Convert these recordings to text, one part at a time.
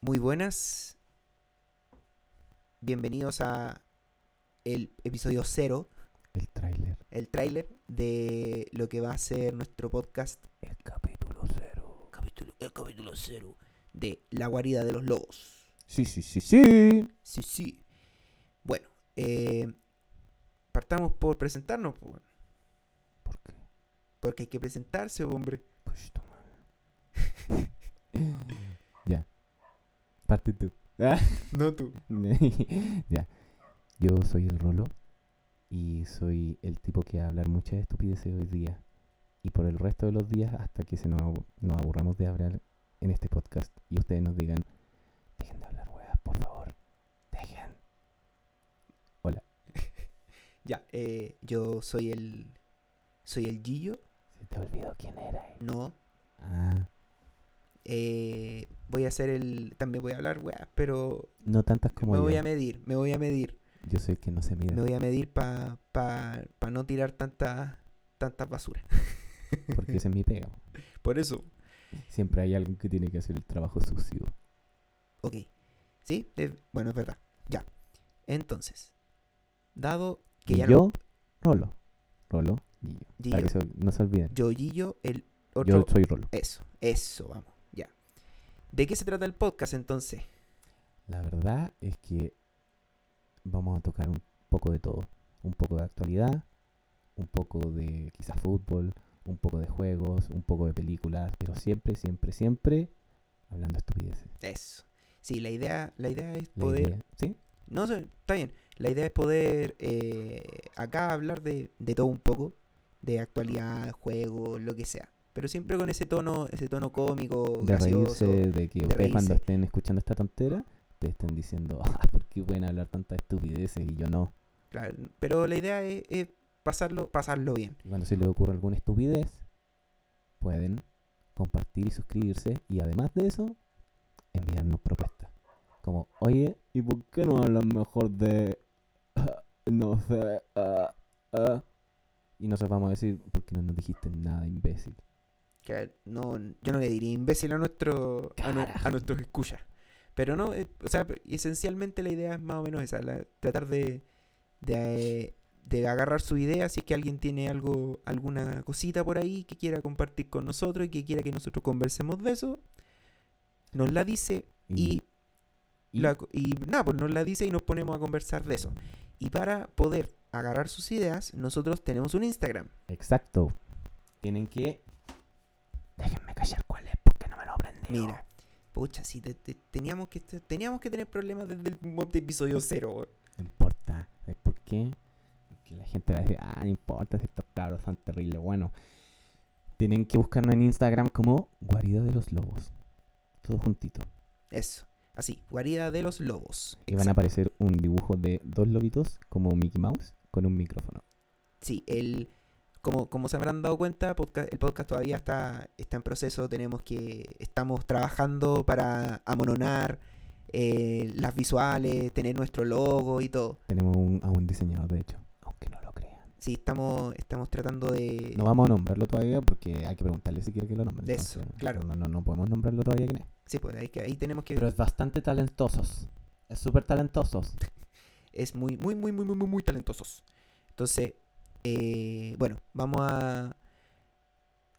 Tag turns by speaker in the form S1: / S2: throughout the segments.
S1: Muy buenas. Bienvenidos a el episodio cero,
S2: El tráiler.
S1: el tráiler de lo que va a ser nuestro podcast,
S2: El capítulo cero.
S1: capítulo, el capítulo cero de La guarida de los lobos.
S2: Sí, sí, sí, sí.
S1: Sí, sí. Bueno, eh, partamos por presentarnos, po, weón,
S2: ¿Por qué?
S1: porque hay que presentarse, hombre.
S2: Pues tu madre. ya. Parte tú. Ah,
S1: No tú.
S2: ya. Yo soy el Rolo y soy el tipo que va a hablar muchas estupideces hoy día. Y por el resto de los días hasta que se nos, abu- nos aburramos de hablar en este podcast y ustedes nos digan, dejen de hablar huevas, por favor. Dejen.
S1: Ya, eh, yo soy el, soy el Gillo.
S2: Se te olvidó quién era. eh.
S1: No,
S2: Ah,
S1: eh, voy a hacer el, también voy a hablar, weá, pero
S2: no tantas como
S1: Me
S2: yo.
S1: voy a medir, me voy a medir.
S2: Yo soy el que no se mide.
S1: Me voy a medir para pa, pa no tirar tanta, tanta basura.
S2: Porque ese es mi pega.
S1: Por eso.
S2: Siempre hay alguien que tiene que hacer el trabajo sucio.
S1: Ok. ¿Sí? eh, bueno, es verdad. Ya. Entonces, dado que
S2: Y
S1: ya
S2: yo, Rolo. Rolo, y yo.
S1: Y
S2: Para que
S1: yo.
S2: se ol- no se olviden.
S1: no. Yo, Gillo, el otro.
S2: Yo soy Rolo.
S1: Eso, eso, vamos. Ya. ¿De qué se trata el podcast entonces?
S2: La verdad es que vamos a tocar un poco de todo. Un poco de actualidad, un poco de quizás fútbol, un poco de juegos, un poco de películas, pero siempre, siempre, siempre hablando estupideces.
S1: Eso. Sí, la idea, la idea es
S2: La
S1: poder.
S2: idea- ¿Sí?
S1: No sé, está bien. La idea es poder eh, acá hablar de, de todo un poco, de actualidad, juego, lo que sea. Pero siempre con ese tono, ese tono cómico,
S2: de
S1: gracioso.
S2: reírse de que
S1: de
S2: ustedes cuando
S1: reírse.
S2: estén escuchando esta tontera te estén diciendo, ah, ¿por qué pueden hablar tantas estupideces y yo no?
S1: claro. Pero la idea es, es pasarlo, pasarlo bien.
S2: Y cuando se les ocurre alguna estupidez, pueden compartir y suscribirse y además de eso, enviarnos propuestas. Como, oye, ¿y por qué no hablan mejor de... ah, no sé... ah, ah?" Y nosotros vamos a decir, ¿por qué no nos dijiste nada, imbécil?
S1: Claro, no, yo no le diría imbécil a nuestro a, nu-
S2: Carajo.
S1: a nuestros escuchas. Pero no, eh, o sea, esencialmente la idea es más o menos esa, la- tratar de, de, eh, de agarrar su idea si es que alguien tiene algo, alguna cosita por ahí que quiera compartir con nosotros y que quiera que nosotros conversemos de eso, nos la dice y,
S2: y-
S1: la co- y nada, pues nos la dice y nos ponemos a conversar de eso. Y para poder agarrar sus ideas, nosotros tenemos un Instagram.
S2: Exacto. Tienen que... Déjenme callar cuál es, porque no me lo aprendí.
S1: Mira, pucha, si te- te- teníamos, que, te- teníamos que tener problemas desde el mo- de episodio cero. weón.
S2: No importa. ¿Sabes por qué? Porque la gente va a decir, ah, no importa si estos cabros son terribles. Bueno, tienen que buscarnos en Instagram como Guarida de los Lobos. Todo juntito.
S1: Eso. Así, guarida de los lobos.
S2: Y van a aparecer un dibujo de dos lobitos como Mickey Mouse con un micrófono.
S1: Sí, el, como, como se habrán dado cuenta, podca- el podcast todavía está, está en proceso. Tenemos que. Estamos trabajando para amononar eh, las visuales, tener nuestro logo y todo.
S2: Tenemos un- a un diseñador, de hecho. Aunque no lo crean.
S1: Sí, estamos, estamos tratando de.
S2: No vamos a nombrarlo todavía porque hay que preguntarle si quiere que lo nombren.
S1: De eso,
S2: entonces,
S1: claro.
S2: No, no, no podemos nombrarlo todavía quién es.
S1: Sí, pues ahí, que- ahí tenemos que.
S2: Pero es bastante talentosos. Es súper talentosos.
S1: es muy, muy, muy, muy, muy, muy, muy talentosos. Entonces, eh, bueno, vamos a...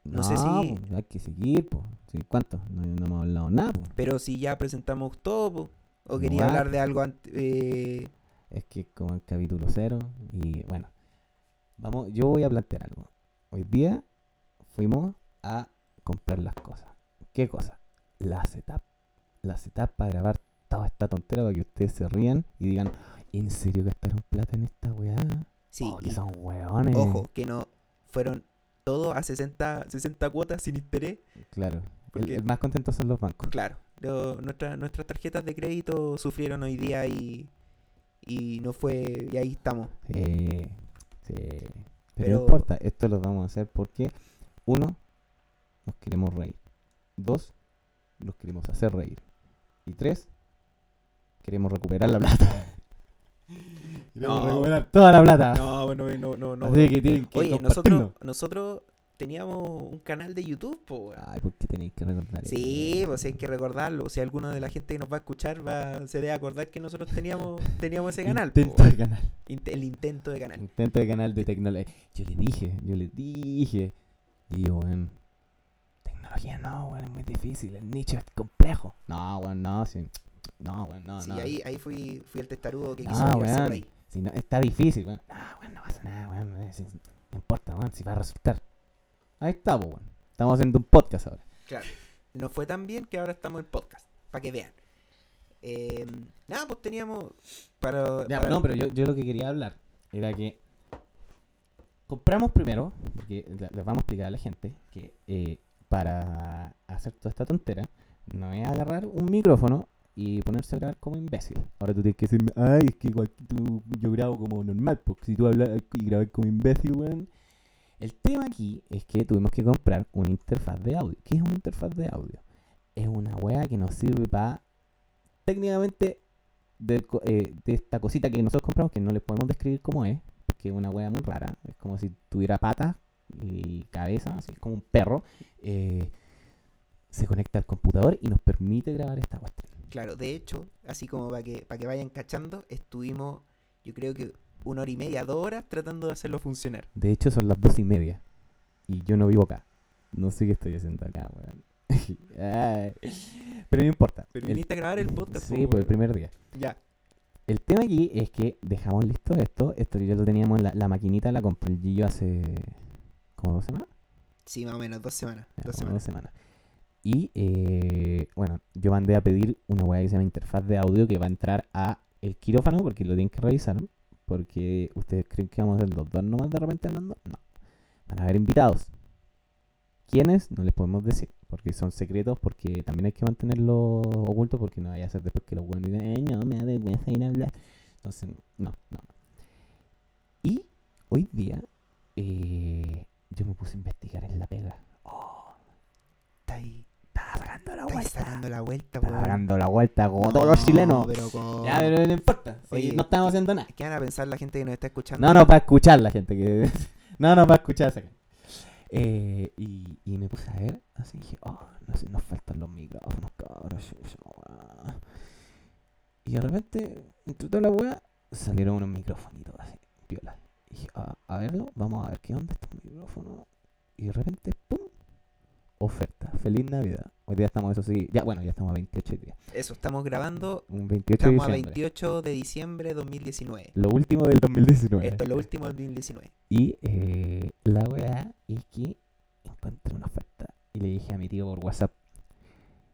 S1: No sé si-
S2: po, Hay que seguir, po. Sí, ¿Cuánto? No, no hemos hablado nada, po.
S1: Pero si ya presentamos todo, po, o quería
S2: Ya.
S1: hablar de algo antes... Eh,
S2: Es que como el capítulo cero y bueno. Vamos, yo voy a plantear algo. Hoy día fuimos a comprar las cosas. ¿Qué cosas? La setup. La setup para grabar toda esta tontera para que ustedes se rían y digan, ¿en serio gastaron plata en esta weá?
S1: sí,
S2: Oh, Mm. que
S1: y
S2: son weones.
S1: ojo, que no fueron todo a 60, 60 cuotas sin interés.
S2: Claro. El,
S1: Porque-
S2: el más contento son los bancos.
S1: Claro, lo- nuestra- nuestras tarjetas de crédito sufrieron hoy día y, y no fue... Y ahí estamos.
S2: Sí, sí. Pero,
S1: Pero-
S2: no importa, esto lo vamos a hacer porque, uno, nos queremos reír. Dos, nos queremos hacer reír. Y tres, queremos recuperar la plata.
S1: No.
S2: recuperar toda la plata.
S1: No, bueno, no, no, no.
S2: Ah. Así que tienen que
S1: Oye,
S2: compartirnos.
S1: nosotros, nosotros teníamos un canal de YouTube, po, weón.
S2: Ay, ¿por qué tenéis que recordar eso?
S1: Sí, pues hay que recordarlo. Si alguno de la gente que nos va a escuchar va, se debe acordar que nosotros teníamos, teníamos ese canal. po,
S2: Intento
S1: weón.
S2: de canal.
S1: Int- el intento de canal.
S2: Intento de canal de tecnología. Yo le dije, yo le dije. Y yo, weón. Tecnología no, weón, es muy difícil. El nicho es complejo. No, weón, no, sí. No, weón, no,
S1: sí,
S2: no.
S1: ahí, ahí fui, fui el testarudo que
S2: No,
S1: quiso llevarse por
S2: weón.
S1: ahí.
S2: Si no, está difícil, weón. No, weón, no pasa nada, weón. eh, si- no importa, weón, si va a resultar. Ahí está, po, weón. Estamos haciendo un podcast ahora.
S1: Claro. Nos fue tan bien que ahora estamos en podcast, para que vean. Eh, nada, pues teníamos para...
S2: Ya,
S1: para-
S2: no, pero yo, yo lo que quería hablar era que compramos primero, porque la- les vamos a explicar a la gente que eh, para hacer toda esta tontera no es agarrar un micrófono y ponerse a grabar como imbécil. Ahora tú tienes que decirme, ay, es que igual tú- yo grabo como normal, porque si tú hablas y grabas como imbécil, weón. El tema aquí es que tuvimos que comprar una interfaz de audio. ¿Qué es una interfaz de audio? Es una weá que nos sirve para técnicamente del co- eh, de esta cosita que nosotros compramos, que no les podemos describir cómo es, que es una hueá muy rara. Es como si tuviera patas y cabeza, así como un perro. eh, se conecta al computador y nos permite grabar esta cuestión.
S1: Claro, de hecho, así como para que, para que vayan cachando, estuvimos, yo creo que una hora y media, dos horas tratando de hacerlo funcionar.
S2: De hecho, son las dos y media. Y yo no vivo acá. No sé qué estoy haciendo acá, weón. Ay, Pero no importa.
S1: Pero
S2: El-
S1: viniste a grabar el podcast. pues,
S2: sí, por
S1: weón.
S2: el primer día.
S1: Ya.
S2: El tema aquí es que dejamos listo esto. Esto ya lo teníamos, en la, la maquinita la compré yo hace... ¿Cómo dos semanas?
S1: Sí, más o menos, dos semanas.
S2: Ya,
S1: Dos
S2: como
S1: semanas.
S2: dos semanas. Y eh, bueno, yo mandé a pedir una weá que se llama interfaz de audio que va a entrar a el quirófano porque lo tienen que revisar. Porque ustedes creen que vamos a ser los dos nomás de repente hablando. No. Van a haber invitados. ¿Quiénes? No les podemos decir. Porque son secretos, porque también hay que mantenerlo oculto, porque no vaya a ser después que los buenos digan, "Ay, no, me da vergüenza ir a hablar. Entonces, no, no. Y hoy día eh, yo me puse a investigar en la pega. Oh,
S1: Está ahí,
S2: estaba pagando la
S1: está ahí
S2: vuelta.
S1: sacando la vuelta,
S2: Estaba
S1: weón.
S2: pagando la vuelta como
S1: No,
S2: todos los chilenos.
S1: Pero con...
S2: Ya, pero no importa. si
S1: Oye,
S2: no estamos haciendo nada.
S1: ¿Qué van a pensar la gente que nos está escuchando?
S2: No, no, para escuchar la gente. que No, no, para escuchar esa gente. Eh, y, y me puse a ver, así dije, oh, no sé, nos faltan los micrófonos, cabros. yo- yo, ah". Y de repente, entre toda la weá, salieron unos microfonitos así, viola. Y dije, "Ah, a verlo, vamos a ver qué onda estos micrófonos. Y de repente, ¡pum! Oferta, feliz Navidad. Hoy día estamos, eso sí, ya bueno, ya estamos a 28 días.
S1: Eso, estamos grabando.
S2: Un 28 de
S1: Estamos a
S2: diciembre.
S1: 28 de diciembre de 2019.
S2: Lo último del 2019.
S1: Esto es lo último del 2019.
S2: Y eh, la weá es que encontré una oferta y le dije a mi tío por WhatsApp.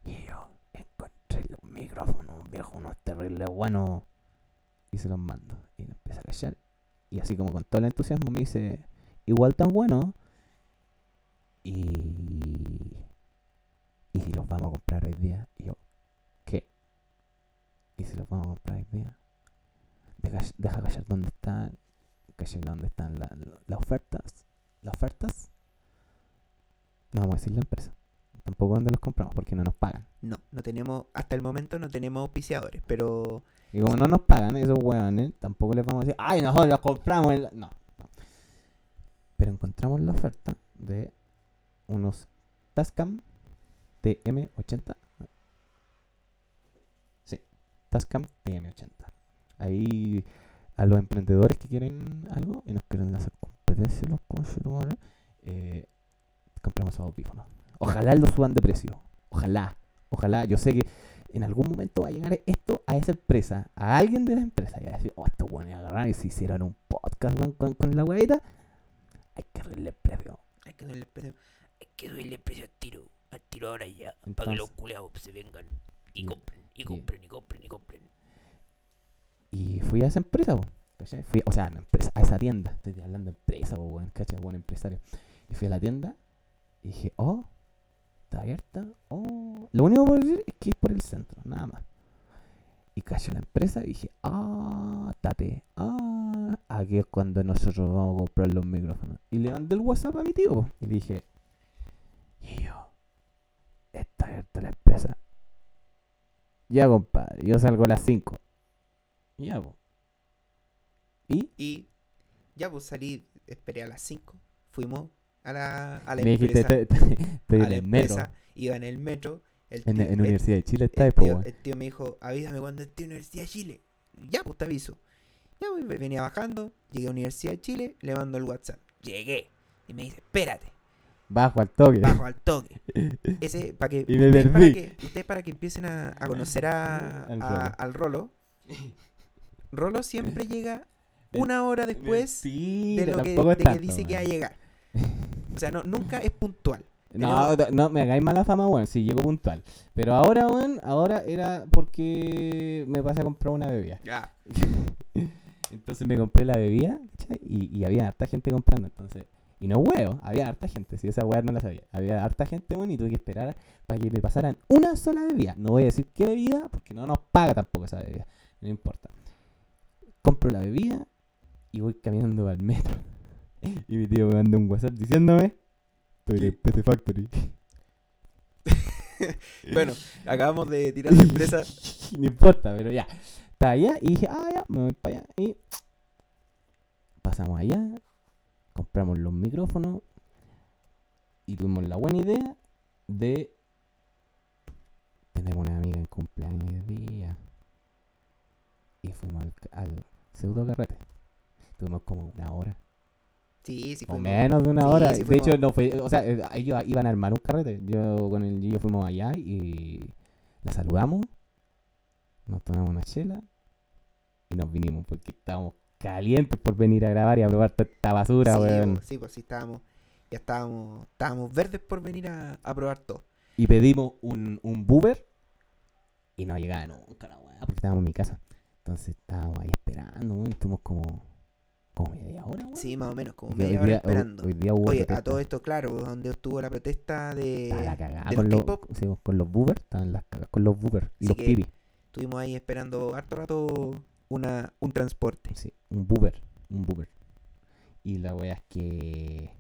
S2: Y yo encontré los micrófonos, viejo, unos terribles buenos. Y se los mando. Y lo empecé a callar. Y así como con todo el entusiasmo me dice, igual tan bueno. Y... Y si los vamos a comprar hoy día. Y yo, ¿qué? Y si los vamos a comprar hoy día. Deja, deja callar dónde están que llega donde están la- la- las ofertas. Las ofertas. No vamos a decir la empresa. Tampoco dónde los compramos porque no nos pagan.
S1: No, no tenemos, hasta el momento no tenemos auspiciadores, pero
S2: Y como no nos pagan esos hueones, tampoco les vamos a decir, ay, nosotros los compramos. en la-". No, no. Pero encontramos la oferta de unos Tascam TM80. Sí, Tascam TM80. Ahí a los emprendedores que quieren algo y nos quieren hacer competencia los consumidores, eh, compramos esos audífonos. Ojalá los suban de precio. Ojalá. Ojalá. Yo sé que en algún momento va a llegar esto a esa empresa, a alguien de la empresa, y va a decir, oh, estos buenos agarraron y se hicieron un podcast weón, con, con la huevita. Hay que arreglar el precio.
S1: hay que darle el precio.
S3: Hay que subirle el precio al tiro, al tiro ahora ya, para que
S2: Entonces-
S3: los culeados se vengan y
S2: Ya,
S3: compren, y
S2: ya.
S3: compren, y compren, y compren.
S2: Y fui a esa empresa, po, ¿cachai? Fui, o sea, no empresa, a esa tienda. Estoy hablando de empresa, po, weón, ¿cachai? Buen empresario. Y fui a la tienda y dije, oh, está abierta. Oh. Lo único que puedo decir es que es por el centro, nada más. Y cayó la empresa y dije, ah, tate, ah, aquí es cuando nosotros vamos a comprar los micrófonos. Y le mandé el WhatsApp a mi tío po, y le dije, y yo, está abierta la empresa. Ya, compadre, yo salgo a las 5. Ya, po. Y
S1: Y ya pues salí, esperé a las 5, fuimos, a la, a la
S2: Me dijiste,
S1: empresa.
S2: te, te, te
S1: a
S2: en
S1: la
S2: el metro.
S1: empresa, Iba en el metro. El
S2: En,
S1: tío-
S2: en
S1: el-
S2: Universidad de Chile está,
S1: el,
S2: po,
S1: tío,
S2: weón.
S1: el tío me dijo, avísame cuando esté en Universidad de Chile. Ya, pues te aviso. Ya, pues, venía bajando, llegué a Universidad de Chile, le mando el WhatsApp. Llegué. Y me dice, espérate,
S2: Bajo al toque.
S1: bajo al toque. Ese, para que,
S2: Y me
S1: ustedes para
S2: perdí.
S1: que- ustedes para que empiecen a, a conocer a,
S2: Al
S1: a-
S2: Rolo.
S1: al Rolo. Rolo siempre llega una hora después de
S2: Mentira,
S1: lo que,
S2: tampoco es
S1: de que
S2: tanto,
S1: dice que va a
S2: weón.
S1: llegar. O sea, no, nunca es puntual.
S2: No, no, no, me hagáis mala fama, weón. Sí, llego puntual. Pero ahora, weón, ahora era porque me pasé a comprar una bebida.
S1: Ya.
S2: Entonces me compré la bebida, ¿cachai? Y, y había harta gente comprando, entonces. Y no huevo, había harta gente, si esa weá no la sabía. Había harta gente, weón, y tuve que esperar para que me pasaran una sola bebida. No voy a decir qué bebida, porque no nos paga tampoco esa bebida. No importa. Compro la bebida y voy caminando al metro. Y mi tío me manda un WhatsApp diciéndome: Estoy en el PC Factory.
S1: Bueno, acabamos de tirar la empresa.
S2: no importa, pero ya. Estaba allá y dije, ah, ya, me voy para allá. Y pasamos allá, compramos los micrófonos y tuvimos la buena idea de tener una amiga en cumpleaños de día. Y fuimos al, al pseudo carrete. Tuvimos como una hora.
S1: Sí, sí,
S2: O
S1: fuimos.
S2: menos de una
S1: Pues, Sí,
S2: hora.
S1: sí
S2: de
S1: fuimos.
S2: hecho, no fue. O sea, eh, ellos iban a armar un carrete. Yo con el Gillo fuimos allá y la saludamos. Nos tomamos una chela y nos vinimos porque estábamos calientes por venir a grabar y a probar toda esta basura,
S1: sí,
S2: weón.
S1: po, sí, pues sí, estábamos, ya estábamos, estábamos verdes por venir a, a probar todo.
S2: Y pedimos un, un Uber y no llegaba nunca la weá porque estábamos en mi casa. Entonces estábamos ahí esperando, weón. Estuvimos como, como media hora, weón.
S1: Sí, más o menos, como
S2: Hoy
S1: media
S2: día- hoy
S1: hora
S2: día- hoy-
S1: esperando.
S2: Hoy, día hubo
S1: Oye, a
S2: protesta.
S1: todo esto, claro, po, donde estuvo la protesta de,
S2: Estaba la cagada
S1: Eh, de
S2: con
S1: los
S2: los,
S1: K-pop.
S2: sí, pues, con los boobers, estaban las cagadas con los boobers y
S1: Así
S2: los
S1: que-
S2: pibis.
S1: Estuvimos ahí esperando harto rato una, un transporte.
S2: Sí, un boober, un boober. Y la wea es que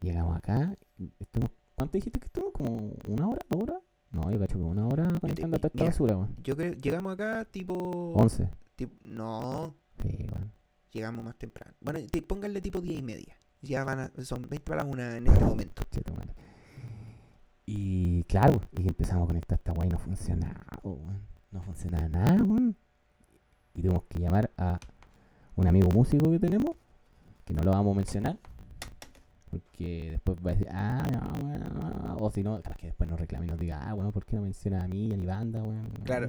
S2: llegamos acá, estuvimos, ¿cuánto dijiste que estuvimos? ¿Como una hora? ¿Dos horas? No, yo cacho que una hora conectando a toda esta
S1: mira. Oh.
S2: basura, weón.
S1: Yo creo, llegamos acá tipo,
S2: Once.
S1: tip- no,
S2: Sí, weón.
S1: llegamos más temprano. Bueno, te- pónganle tipo 10 y media. Ya van a, son 20 para la una en este momento.
S2: Cheto madre. Y claro, y empezamos a conectar esta wea y no funcionaba, weón. No funcionaba nada, weón. Y tuvimos que llamar a un amigo músico que tenemos, que no lo vamos a mencionar, porque después va a decir, ah, no, weón, no, no, no". o si no, claro, que después nos reclame y nos diga, ah, weón, ¿por qué no menciona a mí y a mi banda, weón?
S1: Claro.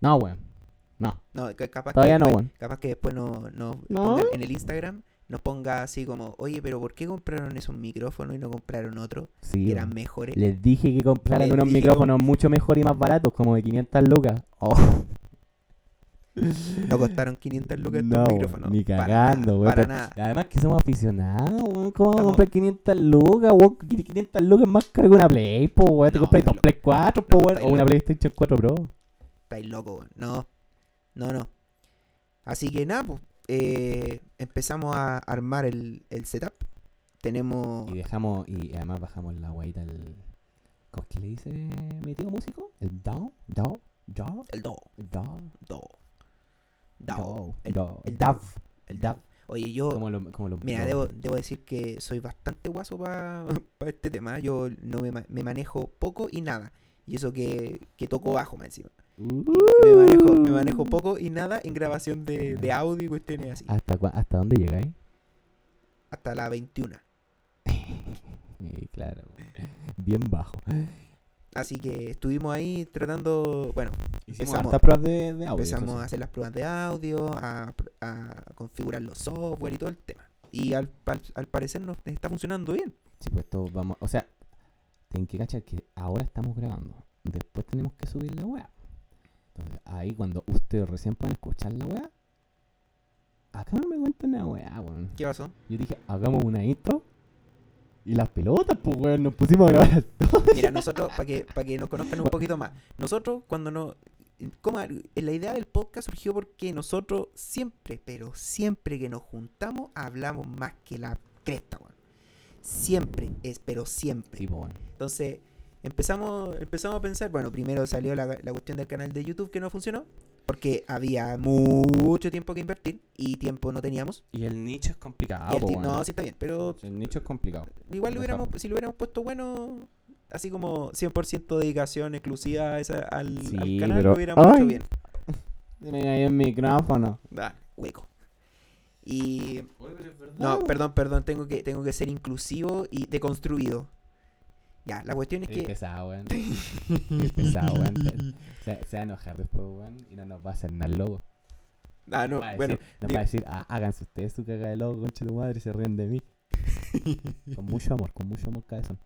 S2: No, weón. No,
S1: No, ca- capaz
S2: todavía
S1: que
S2: no,
S1: después-
S2: weón.
S1: Capaz que después no, no
S2: No.
S1: ponga en el Instagram nos ponga así como, oye, pero ¿por qué compraron esos micrófonos y no compraron otro?
S2: Sí.
S1: Que eran
S2: weón.
S1: mejores.
S2: Les dije que compraran
S1: Les
S2: unos
S1: dije,
S2: micrófonos mucho mejor y más baratos, como de 500 lucas. Oh.
S1: No costaron 500 lucas
S2: No,
S1: estos micrófonos.
S2: ni
S1: Para
S2: cagando,
S1: nada,
S2: weón.
S1: Para
S2: Pero-
S1: nada.
S2: Además que somos aficionados, weón. ¿Cómo vamos a
S1: Estamos-
S2: comprar 500 lucas, weón? 500 lucas más caro que una Play, po, weón. Te
S1: No,
S2: compras
S1: estáis
S2: dos Play 4,
S1: No,
S2: po, weón. O
S1: estáis
S2: una
S1: loco.
S2: PlayStation 4 Pro.
S1: Estáis locos, weón. No. No, no. Así que nada, pues, eh, empezamos a armar el, el setup. Tenemos...
S2: Y dejamos, y además bajamos la guaita al... ¿Cómo es que le dice mi tío músico? El DAO, DAO, DAO,
S1: El do,
S2: DAO,
S1: do, do,
S2: DAO,
S1: el-
S2: DAO,
S1: el
S2: DAV.
S1: el
S2: DAV.
S1: do. Oye, yo...
S2: Como lo, como lo,
S1: Mira,
S2: lo-
S1: debo, debo decir que soy bastante guaso para este tema. Yo no me, ma- me manejo poco y nada. Y eso que, que toco bajo, más encima. Me manejo, me manejo
S2: Mm.
S1: poco y nada en grabación de, de audio y cuestiones así.
S2: ¿Hasta, cua- ¿Hasta dónde llegáis?
S1: Hasta la 21.
S2: Eh, claro, weón. bien bajo.
S1: Así que estuvimos ahí tratando, bueno,
S2: Hicimos
S1: Empezamos-
S2: hartas pruebas de, de audio. eso
S1: empezamos
S2: sí.
S1: a hacer las pruebas de audio, a, pr- a configurar los software y todo el tema. Y al, al, al parecer nos está funcionando bien.
S2: Sí, pues esto vamos. O sea, tienen que cachar que ahora estamos grabando. Después tenemos que subir la weá. Entonces, ahí cuando ustedes recién puedan escuchar la weá, acá no me cuentan una weá, weón.
S1: ¿Qué pasó?
S2: Yo dije, hagamos una intro. Y las pelotas, pues weón, nos pusimos a grabar al toque.
S1: Mira, nosotros, para que, pa' que nos conozcan un poquito más, nosotros cuando no... ¿cómo? La idea del podcast surgió porque nosotros siempre, pero siempre que nos juntamos, hablamos más que la cresta, weón. Siempre, es, pero siempre.
S2: Sí, pues weón.
S1: Entonces, empezamos, empezamos a pensar, bueno, primero salió la, la cuestión del canal de YouTube que no funcionó. Porque había mucho tiempo que invertir y tiempo no teníamos.
S2: Y el nicho es complicado.
S1: Y el
S2: Ah, po,
S1: ti-
S2: weón.
S1: no, sí está bien, pero
S2: El nicho es complicado.
S1: igual lo
S2: Lo
S1: hubiéramos, si lo hubiéramos puesto bueno, así como 100% dedicación exclusiva a esa- al, al
S2: Sí,
S1: canal,
S2: pero-
S1: lo hubiéramos
S2: ¡Ay!
S1: hecho bien.
S2: Tienen ahí el micrófono.
S1: Ah, hueco. Y No, perdón, perdón, tengo que, tengo que ser inclusivo y deconstruido. Ya, la cuestión es
S2: Qué
S1: que.
S2: pesado, weón. Qué pesado, weón. Se, se va a enojar después, weón. Y no nos va a hacer nada el logo.
S1: Ah, no,
S2: Va a
S1: bueno,
S2: decir- nos
S1: digo-
S2: va a decir, "Ah, háganse ustedes su caga de logo, conche tu madre, y se ríen de mí. con mucho amor, con mucho amor, cabezón.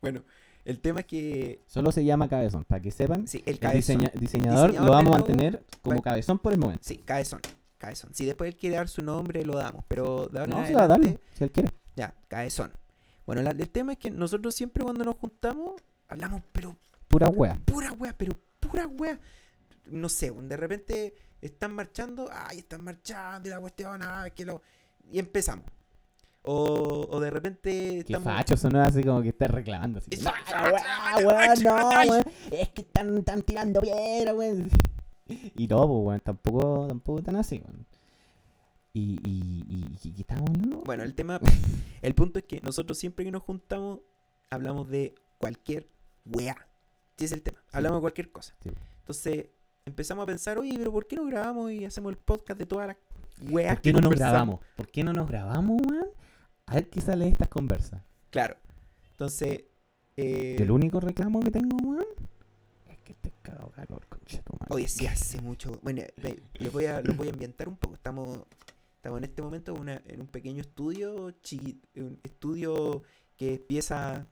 S1: bueno, el tema es que.
S2: Solo se llama cabezón, para que sepan.
S1: Sí, el
S2: El
S1: cabezón.
S2: diseña- diseñador, lo
S1: del
S2: vamos a
S1: logo,
S2: mantener como
S1: va-
S2: cabezón por el momento.
S1: Sí, cabezón. Cabezón. Si después él quiere dar su nombre, lo damos. Pero de ahora en
S2: No, se va a darle,
S1: adelante,
S2: si él quiere.
S1: Ya, cabezón. Bueno, la- el tema es que nosotros siempre cuando nos juntamos, hablamos, pero
S2: Pura wea.
S1: pura wea, pero pura wea. No sé, weón, de repente están marchando, ay, están marchando y la cuestión, ay, que lo. Y empezamos. O, o de repente
S2: Qué
S1: estamos.
S2: facho, sonó así como que está reclamando. Así,
S1: Eso-
S2: no, weón, weón, no, weón. Es que están, están tirando piedra, weón. Y no, pues, weón, tampoco, tampoco tan así, weón. Y, y, y, y- ¿qué estamos hablando?
S1: Bueno, el tema. El punto es que nosotros siempre que nos juntamos, hablamos de cualquier wea. Ese es el tema. Hablamos de cualquier cosa.
S2: Sí.
S1: Entonces empezamos a pensar, oye, pero ¿por qué no grabamos y hacemos el podcast de todas las weas
S2: ¿Por
S1: que
S2: qué no nos
S1: conversamos?"
S2: grabamos? ¿Por qué no nos grabamos, weón? A ver qué sale de estas conversas.
S1: Claro. Entonces. eh,
S2: El único reclamo que tengo, weón, es que te cagado calor, concha tu madre.
S1: Oye, sí hace mucho. Bueno, ve, los voy a, los voy a ambientar un poco. Estamos, estamos en este momento en una- en un pequeño estudio, chiqui- un estudio que es pieza,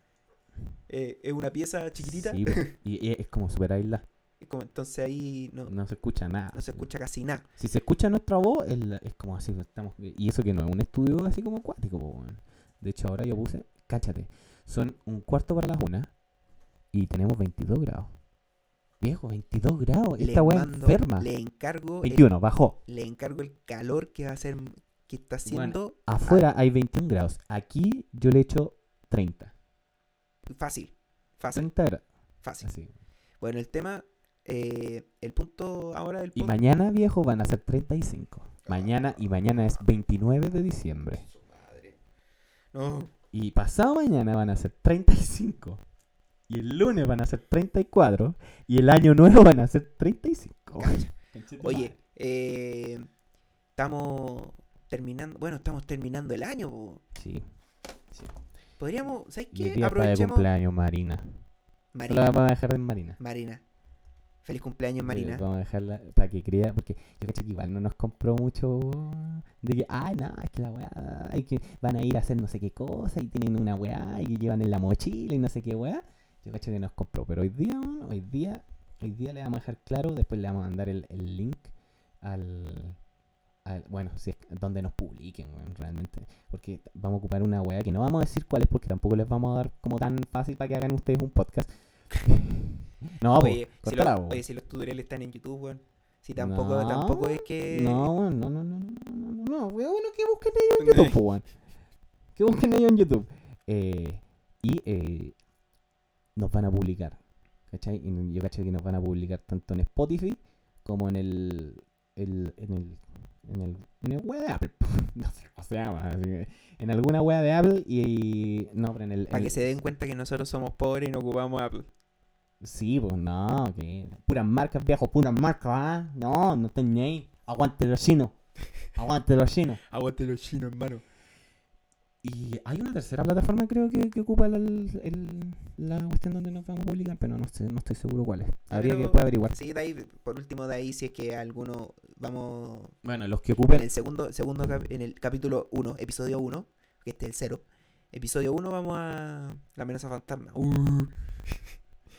S1: eh, es una pieza chiquitita.
S2: Sí, pues, y, y es como super aislada.
S1: es como- entonces ahí no,
S2: No se escucha nada.
S1: no se escucha casi nada.
S2: Si se escucha nuestra voz, es, la- es como así. Estamos, y eso que no es un estudio así como acuático. po, weón. De hecho, ahora yo puse, cáchate, son un cuarto para las una y tenemos 22 grados. Viejo, 22 grados.
S1: Les
S2: Esta weá
S1: mando-
S2: enferma.
S1: Le encargo, el,
S2: 21, bajó.
S1: le encargo el calor que va a ser, que está haciendo
S2: Afuera hay 21 grados. Aquí yo le echo 30.
S1: fácil, fácil,
S2: 30 grados.
S1: fácil.
S2: Así.
S1: Bueno, el tema, eh, el punto Ah. ahora del
S2: Y
S1: podcast.
S2: mañana, viejo, van a ser 35. Mañana y mañana es 29 de diciembre.
S1: No,
S2: Y pasado mañana van a ser 35. Y el lunes van a ser 34. Y el año nuevo van a ser 35.
S1: Cacha. Oye,
S2: Oye,
S1: eh, estamos terminando, bueno, estamos terminando el año. po.
S2: sí.
S1: Podríamos, ¿sabes qué?
S2: Y el día está de
S1: Aprovechemos.
S2: cumpleaños, Marina. Solo la
S1: Marina,
S2: vamos a dejar en Marina.
S1: Marina. Feliz cumpleaños,
S2: Sí,
S1: Marina.
S2: Vamos a dejarla para que crea, porque yo cacho que igual no nos compró mucho de que, ay, no, es que la weá, hay que van a ir a hacer no sé qué cosa y tienen una weá y que llevan en la mochila y no sé qué weá. Yo cacho que nos compró, pero hoy día, weón, hoy día, hoy día le vamos a dejar claro, después le vamos a mandar el, el link al, al- bueno, si es donde nos publiquen, weón, realmente, porque vamos a ocupar una weá que no vamos a decir cuál es, porque tampoco les vamos a dar como tan fácil para que hagan ustedes un podcast. No, po,
S1: oye, si
S2: cortala,
S1: los,
S2: po.
S1: oye, si los tutoriales están en YouTube, weón. Si tampoco, tampoco es que.
S2: No, no, no, no, no, no, no, no, weón, no, que busquen ellos en YouTube, po, weón. Que busquen ellos en YouTube. Eh, y eh, nos van a publicar, ¿cachai? Y yo cacho que nos van a publicar tanto en Spotify como en el, el- en el, en el, en el web de Apple. no sé cómo se llama, así que en alguna web de Apple y, no, pero en el...
S1: Para
S2: en
S1: que
S2: el-
S1: se den cuenta que nosotros somos pobres y no ocupamos Apple.
S2: Sí, pues no, que puras marcas, viejo, puras marcas, ¿ah? No, no tenéis. Aguante los chinos. Aguante los chinos.
S1: Aguante los chinos, hermano.
S2: Y hay una tercera plataforma, creo que, que ocupa la- el- el- la cuestión donde nos vamos a publicar, pero no, sé, no estoy seguro cuál es. Habría que
S1: pero-
S2: poder averiguar.
S1: Sí, de ahí, por último, de ahí, si es que alguno. Vamos.
S2: Bueno, los que
S1: En
S2: ocupen.
S1: el segundo, segundo cap- en el capítulo 1, episodio 1, que este es el 0. Episodio 1 vamos a la amenaza fantasma.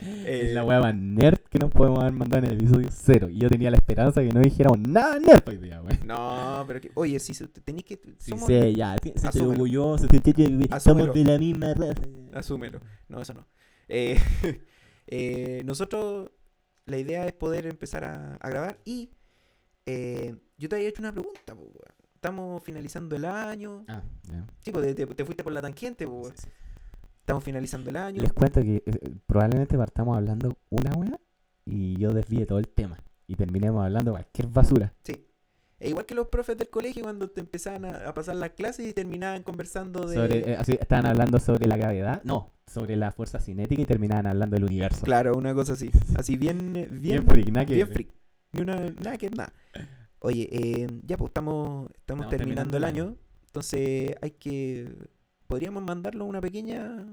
S2: Es
S1: Eh,
S2: la hueá más nerd que nos podemos haber mandado en el episodio cero. Y yo tenía la esperanza que no dijéramos nada nerd hoy día, güey.
S1: No, pero que, oye, si se- tenéis que
S2: Sí,
S1: somos-
S2: sí, ya. sí, sí,
S1: Asúmelo.
S2: orgulloso, sí, sí, sí, sí,
S1: Asúmelo.
S2: Somos de la misma raza.
S1: Asúmelo. No, eso no. Eh, eh, nosotros, la idea es poder empezar a, a grabar y eh, yo te había hecho una pregunta. po, weón. Estamos finalizando el año.
S2: Ah, ya.
S1: Chico, te, te- te fuiste por la tangente. po, weón. Estamos finalizando el año.
S2: Les cuento que eh, probablemente partamos hablando una weá y yo desvíe todo el tema. y terminemos hablando cualquier basura.
S1: Sí. E igual que los profes del colegio cuando te empezaban a, a pasar las clases y terminaban conversando de...
S2: Sobre, eh, así, estaban hablando sobre la gravedad, no, sobre la fuerza cinética y terminaban hablando del universo.
S1: Claro, una cosa así. Así bien... eh, Bien,
S2: Bien freak, nada que
S1: bien
S2: ver.
S1: freak. Ni una- nada que nada. Oye, eh, ya pues estamos, estamos
S2: Estamos
S1: terminando
S2: terminando
S1: el
S2: el
S1: año. Entonces hay que... Podríamos mandarlo una pequeña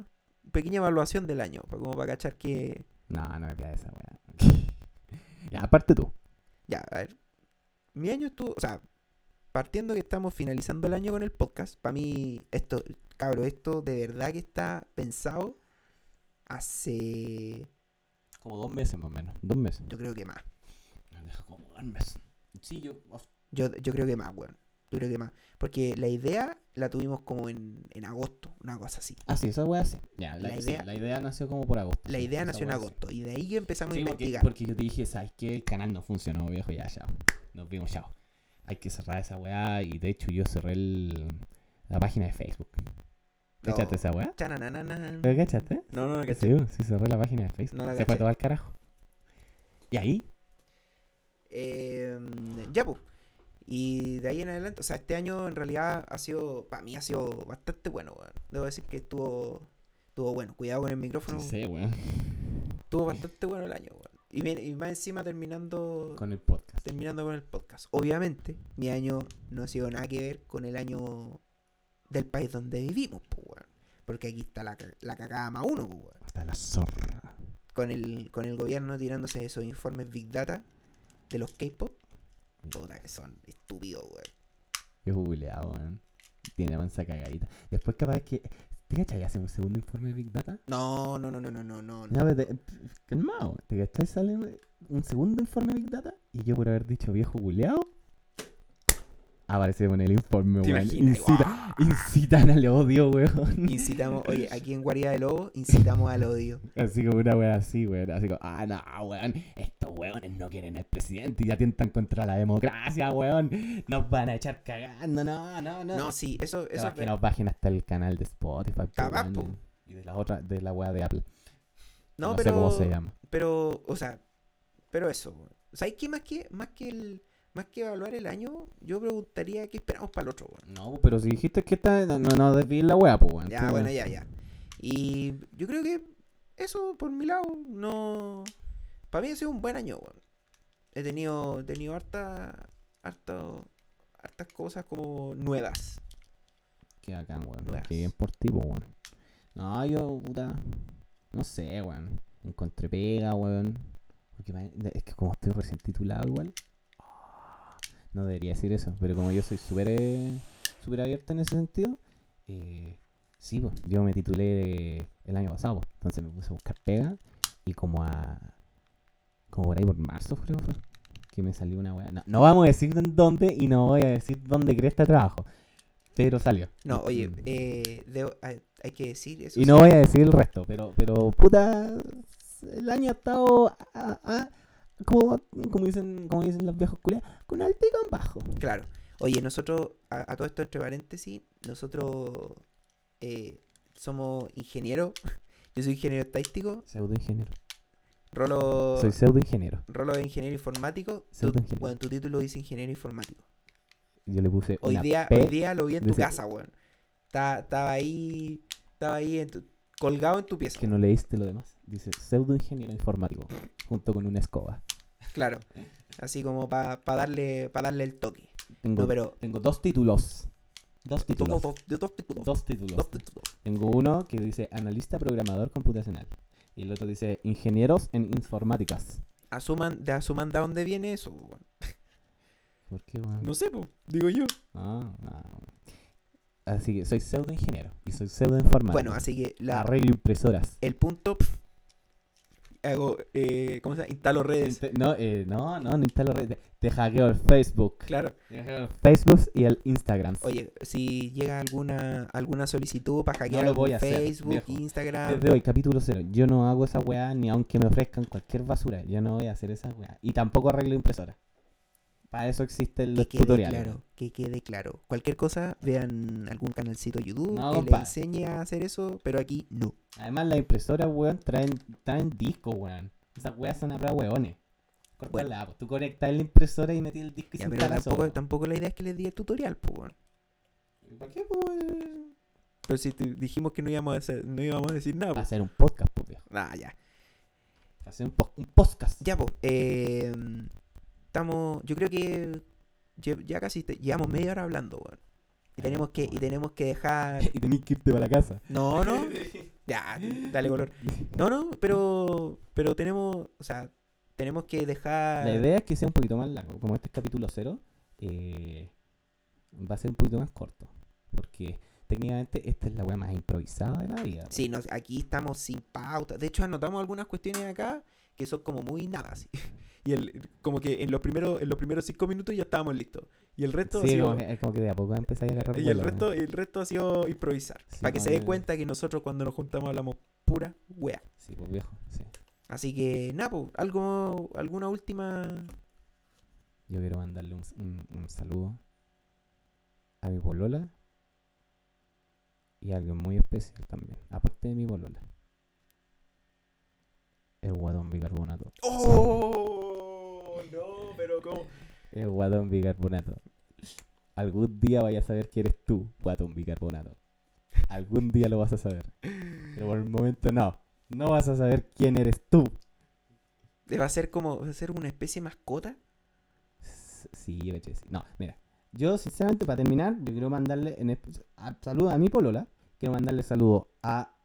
S1: pequeña evaluación del año. pa- Como para cachar que...
S2: No, no me queda esa weá. ya, aparte tú.
S1: Ya, a ver. Mi año estuvo... O sea, partiendo que estamos finalizando el año con el podcast. Para mí, esto... Cabro, esto de verdad que está pensado hace...
S2: Como dos meses más o menos. Dos meses.
S1: Yo creo que más.
S2: como dos meses. Sí, yo.
S1: Yo, yo creo que más, weón. Yo creo que más. Porque la idea la tuvimos como en, en agosto, una cosa así.
S2: Ah, sí, esa weá sí. Ya,
S1: La
S2: la, sí,
S1: idea-
S2: la idea nació como por agosto.
S1: La
S2: sí,
S1: idea
S2: esa
S1: nació en
S2: weá sí.
S1: agosto. Y de ahí que empezamos
S2: Sí,
S1: a
S2: porque,
S1: investigar.
S2: porque yo te dije, ¿sabes qué? El canal no funcionó, viejo, ya, chao. Nos vimos, chao. Hay que cerrar esa weá. Y de hecho, yo cerré el- la página de Facebook.
S1: No.
S2: ¿Cachaste esa weá? Eh,
S1: Chananana.
S2: ¿Lo cachaste?
S1: No, no, no, que
S2: Sí, sí, cerré la página de Facebook.
S1: No la
S2: Se fue
S1: caché.
S2: todo al carajo. Y ahí,
S1: Eh, ya, pues. Y de ahí en adelante, o sea, este año en realidad ha sido, para mí ha sido bastante bueno, weón. Debo decir que estuvo, estuvo bueno. Cuidado con el micrófono.
S2: no sé, weón.
S1: Estuvo bastante bueno el año, weón. Y, mira- y más encima terminando
S2: Con el podcast.
S1: terminando con el podcast. Obviamente, mi año no ha sido nada que ver con el año del país donde vivimos, pues, weón. Porque aquí está la, ca- la cagada más uno, pues, weón.
S2: Hasta la zorra.
S1: Con el, con el gobierno tirándose esos informes Big Data de los K-pop. Puta que son estúpidos, weón.
S2: Yo googleaba, weón. Tiene mansa cagadita. Después capaz que. ¿Te cachai? Hace un segundo informe de Big Data.
S1: No, no, no, no, no, no, no.
S2: No, pero te- calmado. ¿Te cachai? Sale un- un segundo informe de Big Data. Y yo por haber dicho viejo googleado. Aparece con el informe,
S1: ¿Te
S2: weón.
S1: imaginas?
S2: Incita, incitan al odio, weón.
S1: Incitamos, oye, aquí en Guarida de Lobo, incitamos al odio.
S2: Así como una wea así, weón. Así como, ah, no, weón. Estos weones no quieren al presidente y ya tientan contra la democracia, weón. Nos van a echar cagando, no, no, no.
S1: No, sí, eso, eso
S2: Capaz
S1: es
S2: que
S1: ver-
S2: nos bajen hasta el canal de Spotify. pues,
S1: Capaz,
S2: weón,
S1: po.
S2: Y de la otra, de la wea de Apple.
S1: No,
S2: no
S1: pero.
S2: sé cómo se llama.
S1: Pero, o sea, pero eso. weón. ¿Sabes qué? Más que, más que el. Más que evaluar el año, yo preguntaría qué esperamos para el otro, weón.
S2: No, pero si dijiste que está, no, no, no desvíes la wea, pues, weón.
S1: Ya,
S2: Tú,
S1: bueno,
S2: weón.
S1: ya, ya. Y yo creo que eso, por mi lado, no. Para mí ha sido un buen año, weón. He tenido, he tenido harta, harto, hartas cosas como nuevas.
S2: Qué bacán, weón.
S1: Weas.
S2: Qué bien por ti, po, weón. No, yo, puta. No sé, weón. Encontré pega, weón. Porque me- de- es que como estoy recién titulado, igual. ah, No debería decir eso, pero como yo soy súper eh, súper abierto en ese sentido, eh, sí, pues. Yo me titulé el año pasado, po. Entonces me puse a buscar pega y como a. Como por ahí por marzo, creo fue, Que me salió una weá. No, no vamos a decir en dónde y no voy a decir dónde cresta trabajo. Pero salió.
S1: No, oye,
S2: Mm.
S1: eh, debo- hay, hay que decir eso.
S2: Y
S1: sí.
S2: no voy a decir el resto, pero, pero puta, el año ha estado, ah, ah, como, como, dicen, como dicen los viejos culiados, con alto y con bajo.
S1: Claro. Oye, nosotros, a, a todo esto entre paréntesis, nosotros eh, somos ingenieros. Yo soy ingeniero estadístico,
S2: Pseudoingeniero.
S1: Rolo,
S2: Soy pseudoingeniero.
S1: Rolo es ingeniero informático.
S2: Soy
S1: Tú,
S2: ingeniero.
S1: bueno, tu título dice ingeniero informático.
S2: Yo le puse
S1: Hoy
S2: una
S1: día,
S2: P.
S1: hoy día lo vi en tu
S2: dice-
S1: casa, weón. Ta- Estaba ahí, estaba ahí en tu- colgado en tu pieza.
S2: que no leíste lo demás. Dice pseudoingeniero informático, junto con una escoba.
S1: Claro. Así como para darle, pa darle el toque.
S2: Tengo,
S1: No, pero
S2: tengo dos títulos. Dos
S1: tengo
S2: títulos.
S1: dos, yo dos títulos.
S2: Dos títulos.
S1: Dos títulos.
S2: Tengo uno que dice analista programador computacional. Y el otro dice ingenieros en informáticas.
S1: Asuman, de asuman de dónde viene eso, weón.
S2: ¿Por qué, weón?
S1: No sé, po, digo yo.
S2: Ah, ah. Así que soy pseudo ingeniero y soy pseudo informático.
S1: Bueno, así que la,
S2: arreglo impresoras.
S1: el punto. pf, hago, eh, ¿cómo se llama? Instalo redes.
S2: Inte- No, eh, no, no, no instalo redes. Te hackeo el Facebook.
S1: Claro.
S2: Te hackeo el Facebook y el Instagram.
S1: Oye, si llega alguna alguna solicitud para hackear
S2: lo
S1: algún
S2: voy a hacer,
S1: Facebook,
S2: viejo.
S1: Instagram.
S2: Desde hoy, capítulo cero. Yo no hago esa weá ni aunque me ofrezcan cualquier basura. Yo no voy a hacer esa weá. Y tampoco arreglo impresoras. Para eso existen los
S1: que quede
S2: tutoriales.
S1: Claro, que quede claro. Cualquier cosa, vean algún canalcito de YouTube
S2: No,
S1: que les
S2: compadre.
S1: enseñe a hacer eso, pero aquí no.
S2: Además, las impresoras, weón, traen, traen disco, weón. Esas weas son para weones. Cortarla, pues, tú conectas la impresora y metí el disco y
S1: Ya,
S2: sin
S1: pero
S2: calazo.
S1: tampoco, tampoco la idea es que les diga el tutorial, pues, weón.
S2: ¿Para qué, pues?
S1: Pero si te- dijimos que no íbamos a, hacer- no íbamos a decir nada, pues.
S2: Hacer un podcast, pues, viejo.
S1: Ah, ya.
S2: Hacer un, po- un podcast.
S1: Ya, pues. eh, estamos. Yo creo que. lle- Ya casi te- llevamos media hora hablando, weón. Y
S2: Ay,
S1: tenemos que, y
S2: weón.
S1: tenemos que dejar.
S2: Y tenés que irte para la casa.
S1: No, no. Ya, dale color. No, no, pero. Pero tenemos. O sea, tenemos que dejar.
S2: La idea es que sea un poquito más largo. Como este es capítulo cero, eh, va a ser un poquito más corto. Porque técnicamente esta es la weá más improvisada de la vida. pues.
S1: Sí, nos- aquí estamos sin pauta. De hecho, anotamos algunas cuestiones acá que son como muy nada, así. Y el, como que en los primeros, en los primeros cinco minutos ya estábamos listos. Y el resto ha
S2: Sí,
S1: sido-
S2: como que, como que de a poco empezáis a agarrar
S1: y el
S2: vuelo,
S1: resto,
S2: ¿no?
S1: el resto ha sido improvisar.
S2: Sí,
S1: para que
S2: no,
S1: se den
S2: yo-
S1: cuenta que nosotros cuando nos juntamos hablamos pura wea.
S2: Sí, pues viejo. Sí.
S1: Así que, nada, po, algo, alguna última.
S2: Yo quiero mandarle un, s- un- un saludo a mi polola y a alguien muy especial también, aparte de mi polola. El guadón bicarbonato.
S1: ¡Oh! No, pero ¿cómo?
S2: El guadón bicarbonato. Algún día vayas a saber quién eres tú, guadón bicarbonato. Algún día lo vas a saber. Pero por el momento no. No vas a saber quién eres tú.
S1: ¿Va a ser como, va a ser una especie de mascota?
S2: S- Sí, yo caché, sí. No, mira. Yo, sinceramente, para terminar, yo quiero mandarle en espe- a- saludo a mi polola. Quiero mandarle saludo a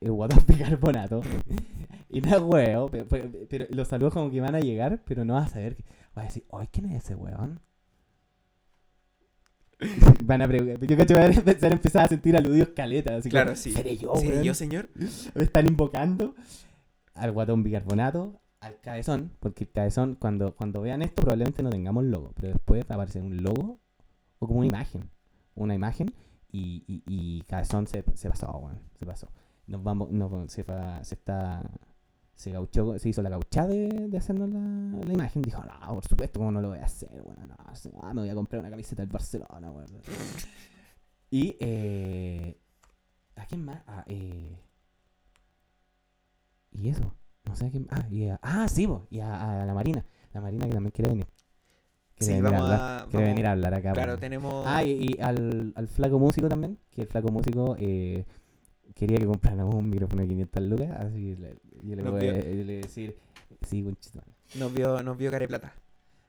S2: el guatón bicarbonato. y no es huevo, pero, pero- pero los saludos como que van a llegar, pero no vas a saber. que- Vas a decir, ¡ay, quién es ese huevón! Van a preguntar. Yo cacho, van a empezar, a empezar a sentir aludidos caletas. Así
S1: Claro,
S2: como,
S1: sí.
S2: ¿Seré yo,
S1: Sí,
S2: weón?
S1: yo, señor.
S2: me están invocando al guatón bicarbonato, al cabezón, porque el cabezón, cuando, cuando vean esto, probablemente no tengamos logo, pero después va a aparecer un logo o como una imagen, una imagen, y, y, y cabezón se, se pasó, weón, se pasó. Nos vamos, nos- se, fa- se está, se gauchó, se hizo la gauchada de, de hacernos la, la imagen, dijo, no, por supuesto, ¿cómo no lo voy a hacer, bueno, no, sí, ah, me voy a comprar una camiseta del Barcelona, weón. Y, eh, ¿a quién más? Ah, eh, y eso. No sé a quién. Ah, y a- ah sí, po, y a, a la Marina. La Marina que también quiere venir. Quiere
S1: Sí,
S2: venir
S1: vamos
S2: a hablar.
S1: a.
S2: Quiere
S1: vamos-
S2: venir a hablar acá.
S1: Claro,
S2: po.
S1: tenemos.
S2: Ah, y, y al, al flaco músico también. Que el flaco músico eh, quería que compráramos un micrófono de 500 lucas. Así que le- yo le
S1: Nos
S2: voy
S1: dio.
S2: a yo le voy a decir. Sí, conchito.
S1: Nos vio, nos vio cara de plata.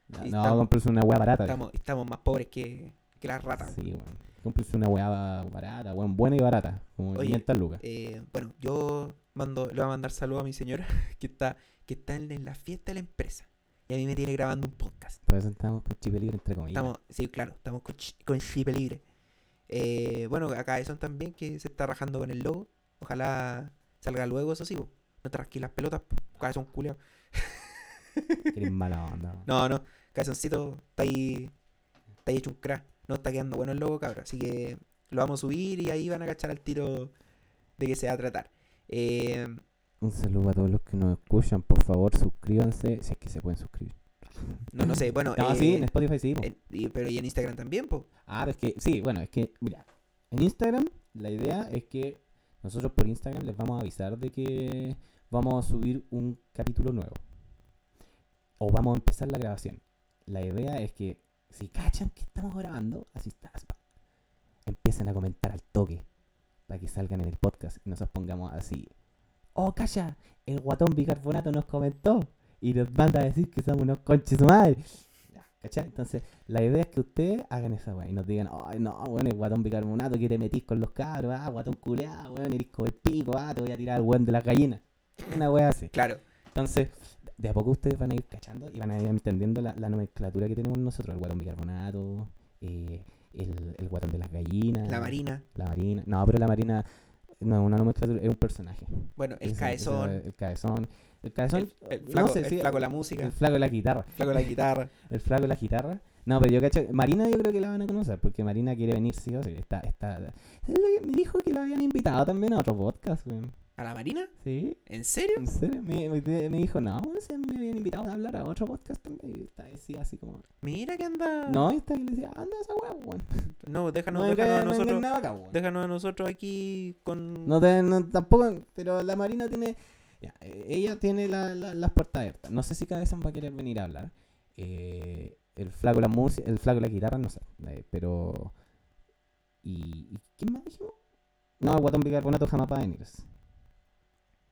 S2: No,
S1: Y
S2: no
S1: estamos-
S2: comprarse una hueá barata.
S1: Estamos, estamos más pobres que, que las ratas.
S2: Sí, bueno. Comprarse una hueá barata, weón, buena y barata. Como
S1: Oye,
S2: 500 lucas.
S1: Eh, bueno, yo mando, le voy a mandar saludos a mi señora que está, que está en, en la fiesta de la empresa. Y a mí me tiene grabando un podcast.
S2: Por eso estamos con chip libre, entre comillas.
S1: Estamos, sí, claro, estamos con, chi- con Chip Libre. Eh, bueno, acá Edson también que se está rajando con el logo. Ojalá salga luego, eso sí, po. No te rasquís las pelotas, po, cabezón culiao.
S2: Eres mala onda. weón.
S1: No, no, cabezoncito, está ahí, está ahí hecho un crack. No está quedando bueno el logo, cabrón. Así que lo vamos a subir y ahí van a cachar al tiro de que se va a tratar. Eh,
S2: Un saludo a todos los que nos escuchan, por favor suscríbanse, si es que se pueden suscribir.
S1: no, no sé, bueno.
S2: No,
S1: eh,
S2: sí, en Spotify sí. po.
S1: en- y- pero y en Instagram también, po.
S2: Ah, pero es que, sí, bueno, es que, mira, en Instagram la idea es que nosotros por Instagram les vamos a avisar de que vamos a subir un capítulo nuevo. O vamos a empezar la grabación. La idea es que si cachan que estamos grabando, así está, aspa, empiecen a comentar al toque para que salgan en el podcast y nos pongamos así. Oh, calla, el guatón bicarbonato nos comentó y nos manda a decir que somos unos conches de madre. Ya, ¿Cachai? Entonces, la idea es que ustedes hagan esa weá y nos digan, ay no, weón, el guatón bicarbonato que te metís con los cabros, ah, guatón culeado, weón, eres como el pico, ah, te voy a tirar el weón de las gallinas. Una weá así.
S1: Claro.
S2: Entonces, de a poco ustedes van a ir cachando y van a ir entendiendo la, la nomenclatura que tenemos nosotros, el guatón bicarbonato, eh, el, el guatón de las gallinas.
S1: La Marina.
S2: La marina. No, pero la marina no es una nomenclatura, es un personaje.
S1: Bueno, el
S2: Ese- ese
S1: caezón.
S2: es el cabezón. El cabezón.
S1: El, el
S2: no
S1: flaco,
S2: sé,
S1: el
S2: sí,
S1: flaco de la
S2: el
S1: música,
S2: flaco de la guitarra.
S1: el flaco de la guitarra.
S2: El flaco de la guitarra. No, pero yo cacho. Marina yo creo que la van a conocer, porque Marina quiere venir sí o sí. Está, está. ¿Sabes lo que Me dijo que la habían invitado también a otro podcast, weón.
S1: ¿A la Marina?
S2: Sí.
S1: ¿En serio?
S2: ¿En serio? Me, me- me dijo, no, weón, si a mí me habían invitado a hablar a otro podcast también. Y está así, así como.
S1: Mira que anda.
S2: No, y está y le decía, anda esa weá, weón.
S1: No, déjanos, déjanos a
S2: me cae- no me cae
S1: nosotros.
S2: nada acá, weón.
S1: Déjanos a nosotros aquí con.
S2: No, te- no, tampoco, pero la Marina tiene Ya, eh, ella tiene la- la- las puertas abiertas. No sé si Cabezón va a querer venir a hablar. Eh, el flaco la música, el flaco la guitarra, no sé. eh, pero. ¿Y, y quién más dijimos? No, Guatón Bicarbonato jamás va a venir.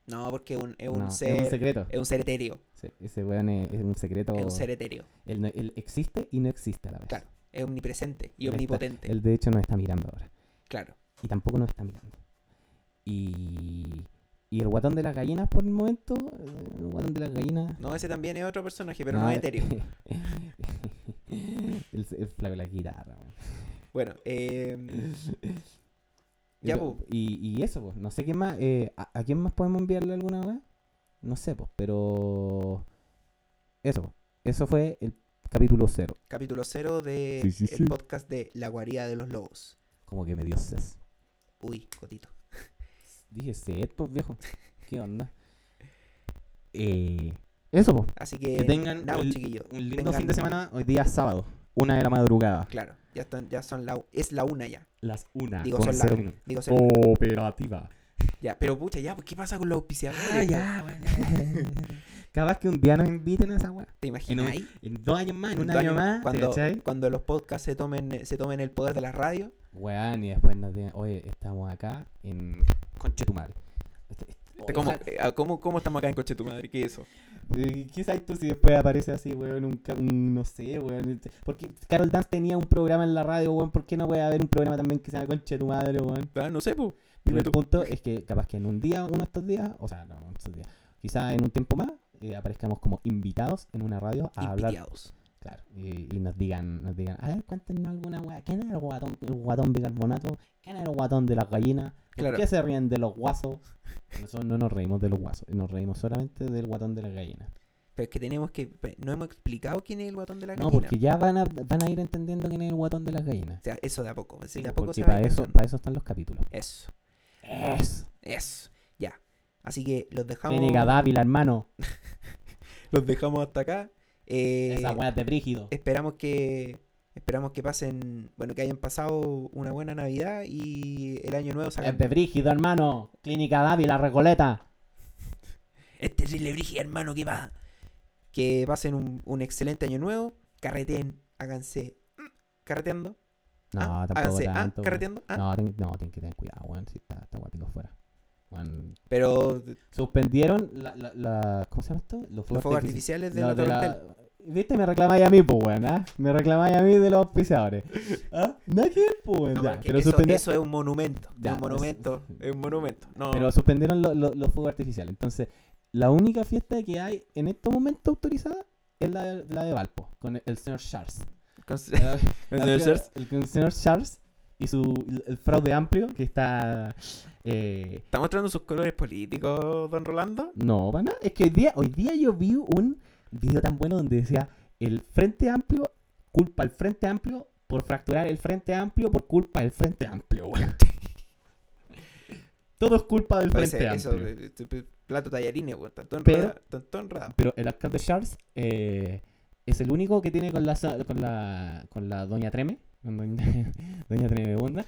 S1: No, porque un- es, un
S2: No,
S1: ser,
S2: es un secreto. Oh.
S1: es un ser etéreo.
S2: Sí, ese weón es, es un secreto.
S1: Es un ser etéreo.
S2: Él, no- él existe y no existe a la vez.
S1: Claro. Es omnipresente y
S2: Él está-
S1: omnipotente.
S2: él de hecho nos está mirando ahora.
S1: Claro.
S2: y tampoco nos está mirando. Y, y el guatón de las gallinas por el momento, eh, el guatón de las gallinas.
S1: No, ese también es otro personaje, pero no,
S2: eh.
S1: es etéreo.
S2: el, el flaco de la guitarra. weón.
S1: Bueno, eh, Ya,
S2: Pero-
S1: po.
S2: y, y eso, pues, no sé qué más. eh, ¿a, a quién más podemos enviarle alguna vez? No sé, pues, pero. Eso, po. eso fue el capítulo cero.
S1: capítulo cero de
S2: Sí, sí,
S1: el
S2: sí.
S1: podcast de La guarida de los lobos.
S2: Como que me dio ses.
S1: Uy, cotito.
S2: Dije, set, pues, viejo. ¿Qué onda? Eh, eso, pues.
S1: Así que,
S2: Que tengan
S1: nada,
S2: un-
S1: chiquillos,
S2: Un lindo
S1: tengan-
S2: fin de semana, hoy día es sábado, una de la madrugada.
S1: Claro, ya están, ya son la es la una ya.
S2: Las una
S1: Digo,
S2: Ah, con
S1: son la-
S2: cero Oh. minutos.
S1: Digo, son-
S2: Cooperativa.
S1: ya, pero pucha, ya, pues, ¿qué pasa con los auspiciadores?
S2: Ah, ya, bueno. Capaz que un día nos inviten a esa weá.
S1: ¿Te imaginas? ahí?
S2: En dos años más, en un
S1: Dos
S2: año,
S1: años-
S2: más.
S1: Cuando,
S2: ¿cachai?
S1: cuando los podcasts se tomen, se tomen el poder de la radio,
S2: Weón, y después nos digan, oye, estamos acá en Conche tu madre. Este- este-
S1: ¿Cómo,
S2: ojalá-
S1: eh, ah, cómo, cómo estamos acá en coche tu madre? ¿Qué es eso?
S2: Eh, ¿Qué sabes tú si después aparece así, weón? Un, ca- un- no sé, weón. este- Porque Carol Dance tenía un programa en la radio, weón. ¿Por qué no puede haber un programa también que se llama Conche tu madre, weón?
S1: Ah, no sé, pues.
S2: Pero
S1: Dime
S2: el
S1: tú.
S2: punto es que capaz que en un día, uno de estos días, o sea, no, uno de estos días, quizá en un tiempo más, eh, aparezcamos como invitados en una radio a hablar.
S1: Impediados.
S2: Claro, y, y nos digan, nos digan, a ver, cuéntenos alguna weá, ¿quién era el guatón, el guatón bicarbonato? ¿Quién era el guatón de las gallinas? ¿Por
S1: Claro.
S2: qué se ríen de los guasos? Nosotros no nos reímos de los guasos, nos reímos solamente del guatón de las gallinas.
S1: Pero es que tenemos que. pe- No hemos explicado quién es el guatón de la
S2: No,
S1: gallina.
S2: porque ya van a, van a ir entendiendo quién es el guatón de las gallinas.
S1: O sea, eso de a poco. así de a poco
S2: pues, Porque
S1: se va
S2: para eso,
S1: enganchando.
S2: para eso están los capítulos.
S1: Eso,
S2: Es.
S1: eso. Ya. Así que los dejamos.
S2: Venga, Dávila, hermano.
S1: Los dejamos hasta acá. Eh,
S2: Esa weá es de brígido.
S1: esperamos que. Esperamos que pasen. Bueno, que hayan pasado una buena Navidad y el año nuevo
S2: Es
S1: salgan.
S2: de brígido, hermano. Clínica Dávila,
S1: Ah,
S2: Recoleta.
S1: Es terrible brígida, hermano, ¿qué pasa? Que pasen un, un excelente año nuevo. Carreteen, háganse. mm, Carreteando.
S2: No,
S1: ah,
S2: tampoco
S1: háganse, ah,
S2: tanto. weón.
S1: carreteando. ah.
S2: No, ten- no, tienen que tener cuidado, weón. Si está, está guático fuera. Weón.
S1: Pero
S2: Suspendieron la, la, la- ¿Cómo se llama esto? Los
S1: los
S2: fuegos
S1: fuegos
S2: artifici-
S1: artificiales de
S2: los
S1: la
S2: de
S1: Torre
S2: la-
S1: Eiffel.
S2: Viste, me reclamáis a mí, pues, weón. ¿ah? Me reclamáis a mí de los auspiciadores. ¿Ah? No hay que ver, pues, weón.
S1: No,
S2: ya.
S1: porque
S2: Pero,
S1: eso,
S2: suspendieron
S1: eso es un monumento.
S2: Ya,
S1: es un
S2: pues,
S1: monumento. Es un monumento. No,
S2: pero suspendieron lo- lo- los fuegos artificiales. Entonces, la única fiesta que hay en estos momentos autorizada es la de, la de Valpo, con el, el señor Charles.
S1: con-
S2: La
S1: Debe
S2: fie-
S1: ser.
S2: el, con el señor Charles y su el- el fraude amplio que está eh,
S1: está mostrando sus colores políticos, don Rolando.
S2: no van a- es que hoy día hoy día yo vi un video tan bueno donde decía el frente amplio culpa al frente amplio por fracturar el frente amplio por culpa del frente amplio weón. todo es culpa del
S1: Parece
S2: frente
S1: eso,
S2: amplio
S1: eh, eh, eh, plato tallarines, güey. Está todo
S2: Pero-
S1: enredado. Está todo enredado.
S2: pero el alcalde Charles eh, es el único que tiene con la sa- con la con la doña Treme con doña, doña Treme Bonda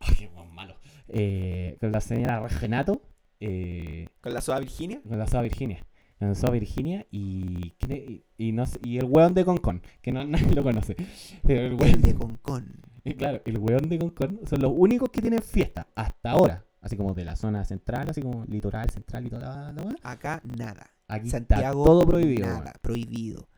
S2: ay qué weón malo eh, con la señora Renato eh,
S1: Con la soda Virginia.
S2: con la Soda Virginia con la Soda Virginia y ¿quién es? y, y no sé- y el weón de Concon que no nadie lo conoce pero el
S1: El
S2: weón
S1: de Concón.
S2: y claro, el weón de Concón son los únicos que tienen fiesta hasta ahora. Así como de la zona central, así como litoral, central y toda la- la weá.
S1: Acá nada.
S2: Aquí
S1: Santiago,
S2: está todo prohibido.
S1: Nada,
S2: weón.
S1: prohibido.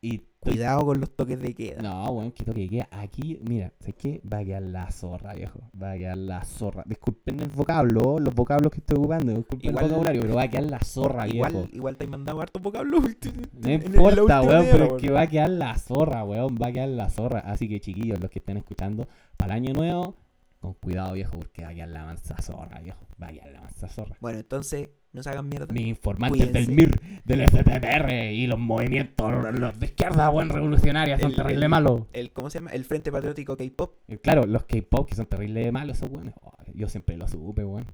S2: Y estoy
S1: Cuidado con los toques de queda.
S2: No, weón, que toque de queda. Aquí, mira, ¿sabes qué? Va a quedar la zorra, viejo. Va a quedar la zorra. Disculpen el vocablo, los vocablos que estoy ocupando. Disculpen
S1: Igual-
S2: el vocabulario, pero va a quedar la zorra,
S1: igual,
S2: viejo.
S1: igual te han mandado harto vocablo. últim-
S2: No
S1: en- en la
S2: importa,
S1: última
S2: weón,
S1: media
S2: pero
S1: hora,
S2: es que
S1: weón.
S2: va a quedar la zorra, weón. Va a quedar la zorra. Así que, chiquillos, los que estén escuchando, para el año nuevo, con cuidado, viejo, porque va a quedar la mansa zorra, viejo. Va a quedar la mansa zorra.
S1: Bueno, entonces, no se hagan mierda.
S2: Mis informantes
S1: Cuídense.
S2: del MIR, del FPPR y los movimientos, los de izquierda, weón, revolucionarios, son
S1: El-
S2: terrible
S1: el-
S2: malos.
S1: El, ¿Cómo se llama? El Frente Patriótico K-Pop.
S2: Eh, Claro, los K-pop que son terribles de malos, esos weones. Oh, yo siempre los supe, weón.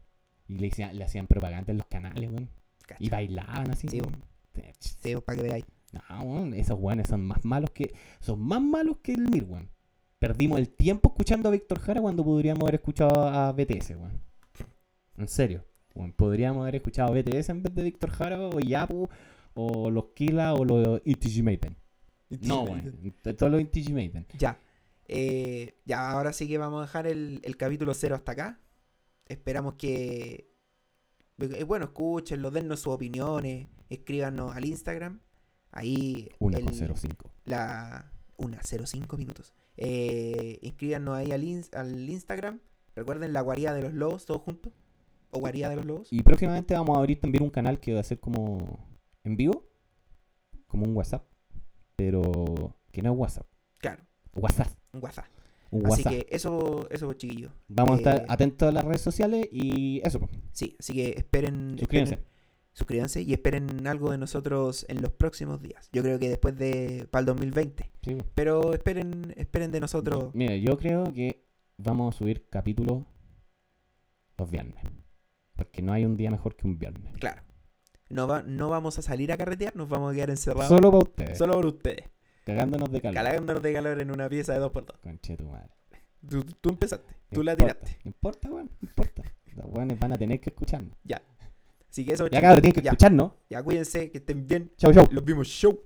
S2: Y le, hacían- le hacían propaganda en los canales, weón.
S1: Cacha.
S2: Y bailaban así.
S1: Sí,
S2: weón. Eh, ch-
S1: Sí, para que veáis.
S2: No, weón. Esos weones son más malos que. Son más malos que el Mir, weón. Perdimos el tiempo escuchando a Víctor Jara cuando podríamos haber escuchado a BTS, weón. En serio. weón. Podríamos haber escuchado BTS en vez de Víctor Jara o Yapu o los Kila o los ITG Maiden. No, weón. Todos los ITG Maiden.
S1: Ya. Eh, ya, ahora sí que vamos a dejar el, el capítulo cero hasta acá. Esperamos que. eh, Bueno, escúchenlo, dennos sus opiniones, escríbanos al Instagram. Ahí.
S2: Una con
S1: el-
S2: 05.
S1: la una 05 minutos. Eh, inscríbanos ahí al, ins- al Instagram. Recuerden la guarida de los lobos, todos juntos. O guarida de los lobos.
S2: Y próximamente vamos a abrir también un canal que va a ser como en vivo, como un WhatsApp, pero que no es WhatsApp,
S1: Claro,
S2: WhatsApp,
S1: un WhatsApp.
S2: un
S1: Así
S2: WhatsApp.
S1: que eso, eso pues, chiquillos.
S2: Vamos a
S1: eh,
S2: estar atentos a las redes sociales y eso, pues,
S1: Sí, así que esperen.
S2: suscríbanse.
S1: esperen- suscríbanse y esperen algo de nosotros en los próximos días. Yo creo que después de. para el 2020.
S2: Sí.
S1: Pero esperen, esperen de nosotros.
S2: Mira, yo creo que vamos a subir capítulos los viernes, porque no hay un día mejor que un viernes.
S1: Claro. No, va, no vamos a salir a carretear, nos vamos a quedar encerrados. Solo,
S2: Solo para ustedes,
S1: por ustedes.
S2: cagándonos de calor.
S1: Calándonos de calor en una pieza de 2x2.
S2: Conche tu madre.
S1: Tú, tú empezaste,
S2: No
S1: tú la
S2: importa,
S1: tiraste.
S2: No importa, weón, no importa. Los weones van a tener que escucharnos.
S1: Así que eso,
S2: Ya
S1: chicos,
S2: cabrón, tienen que
S1: ya.
S2: escucharnos.
S1: ya cuídense, que estén bien.
S2: Chau, chau.
S1: Los vimos, show.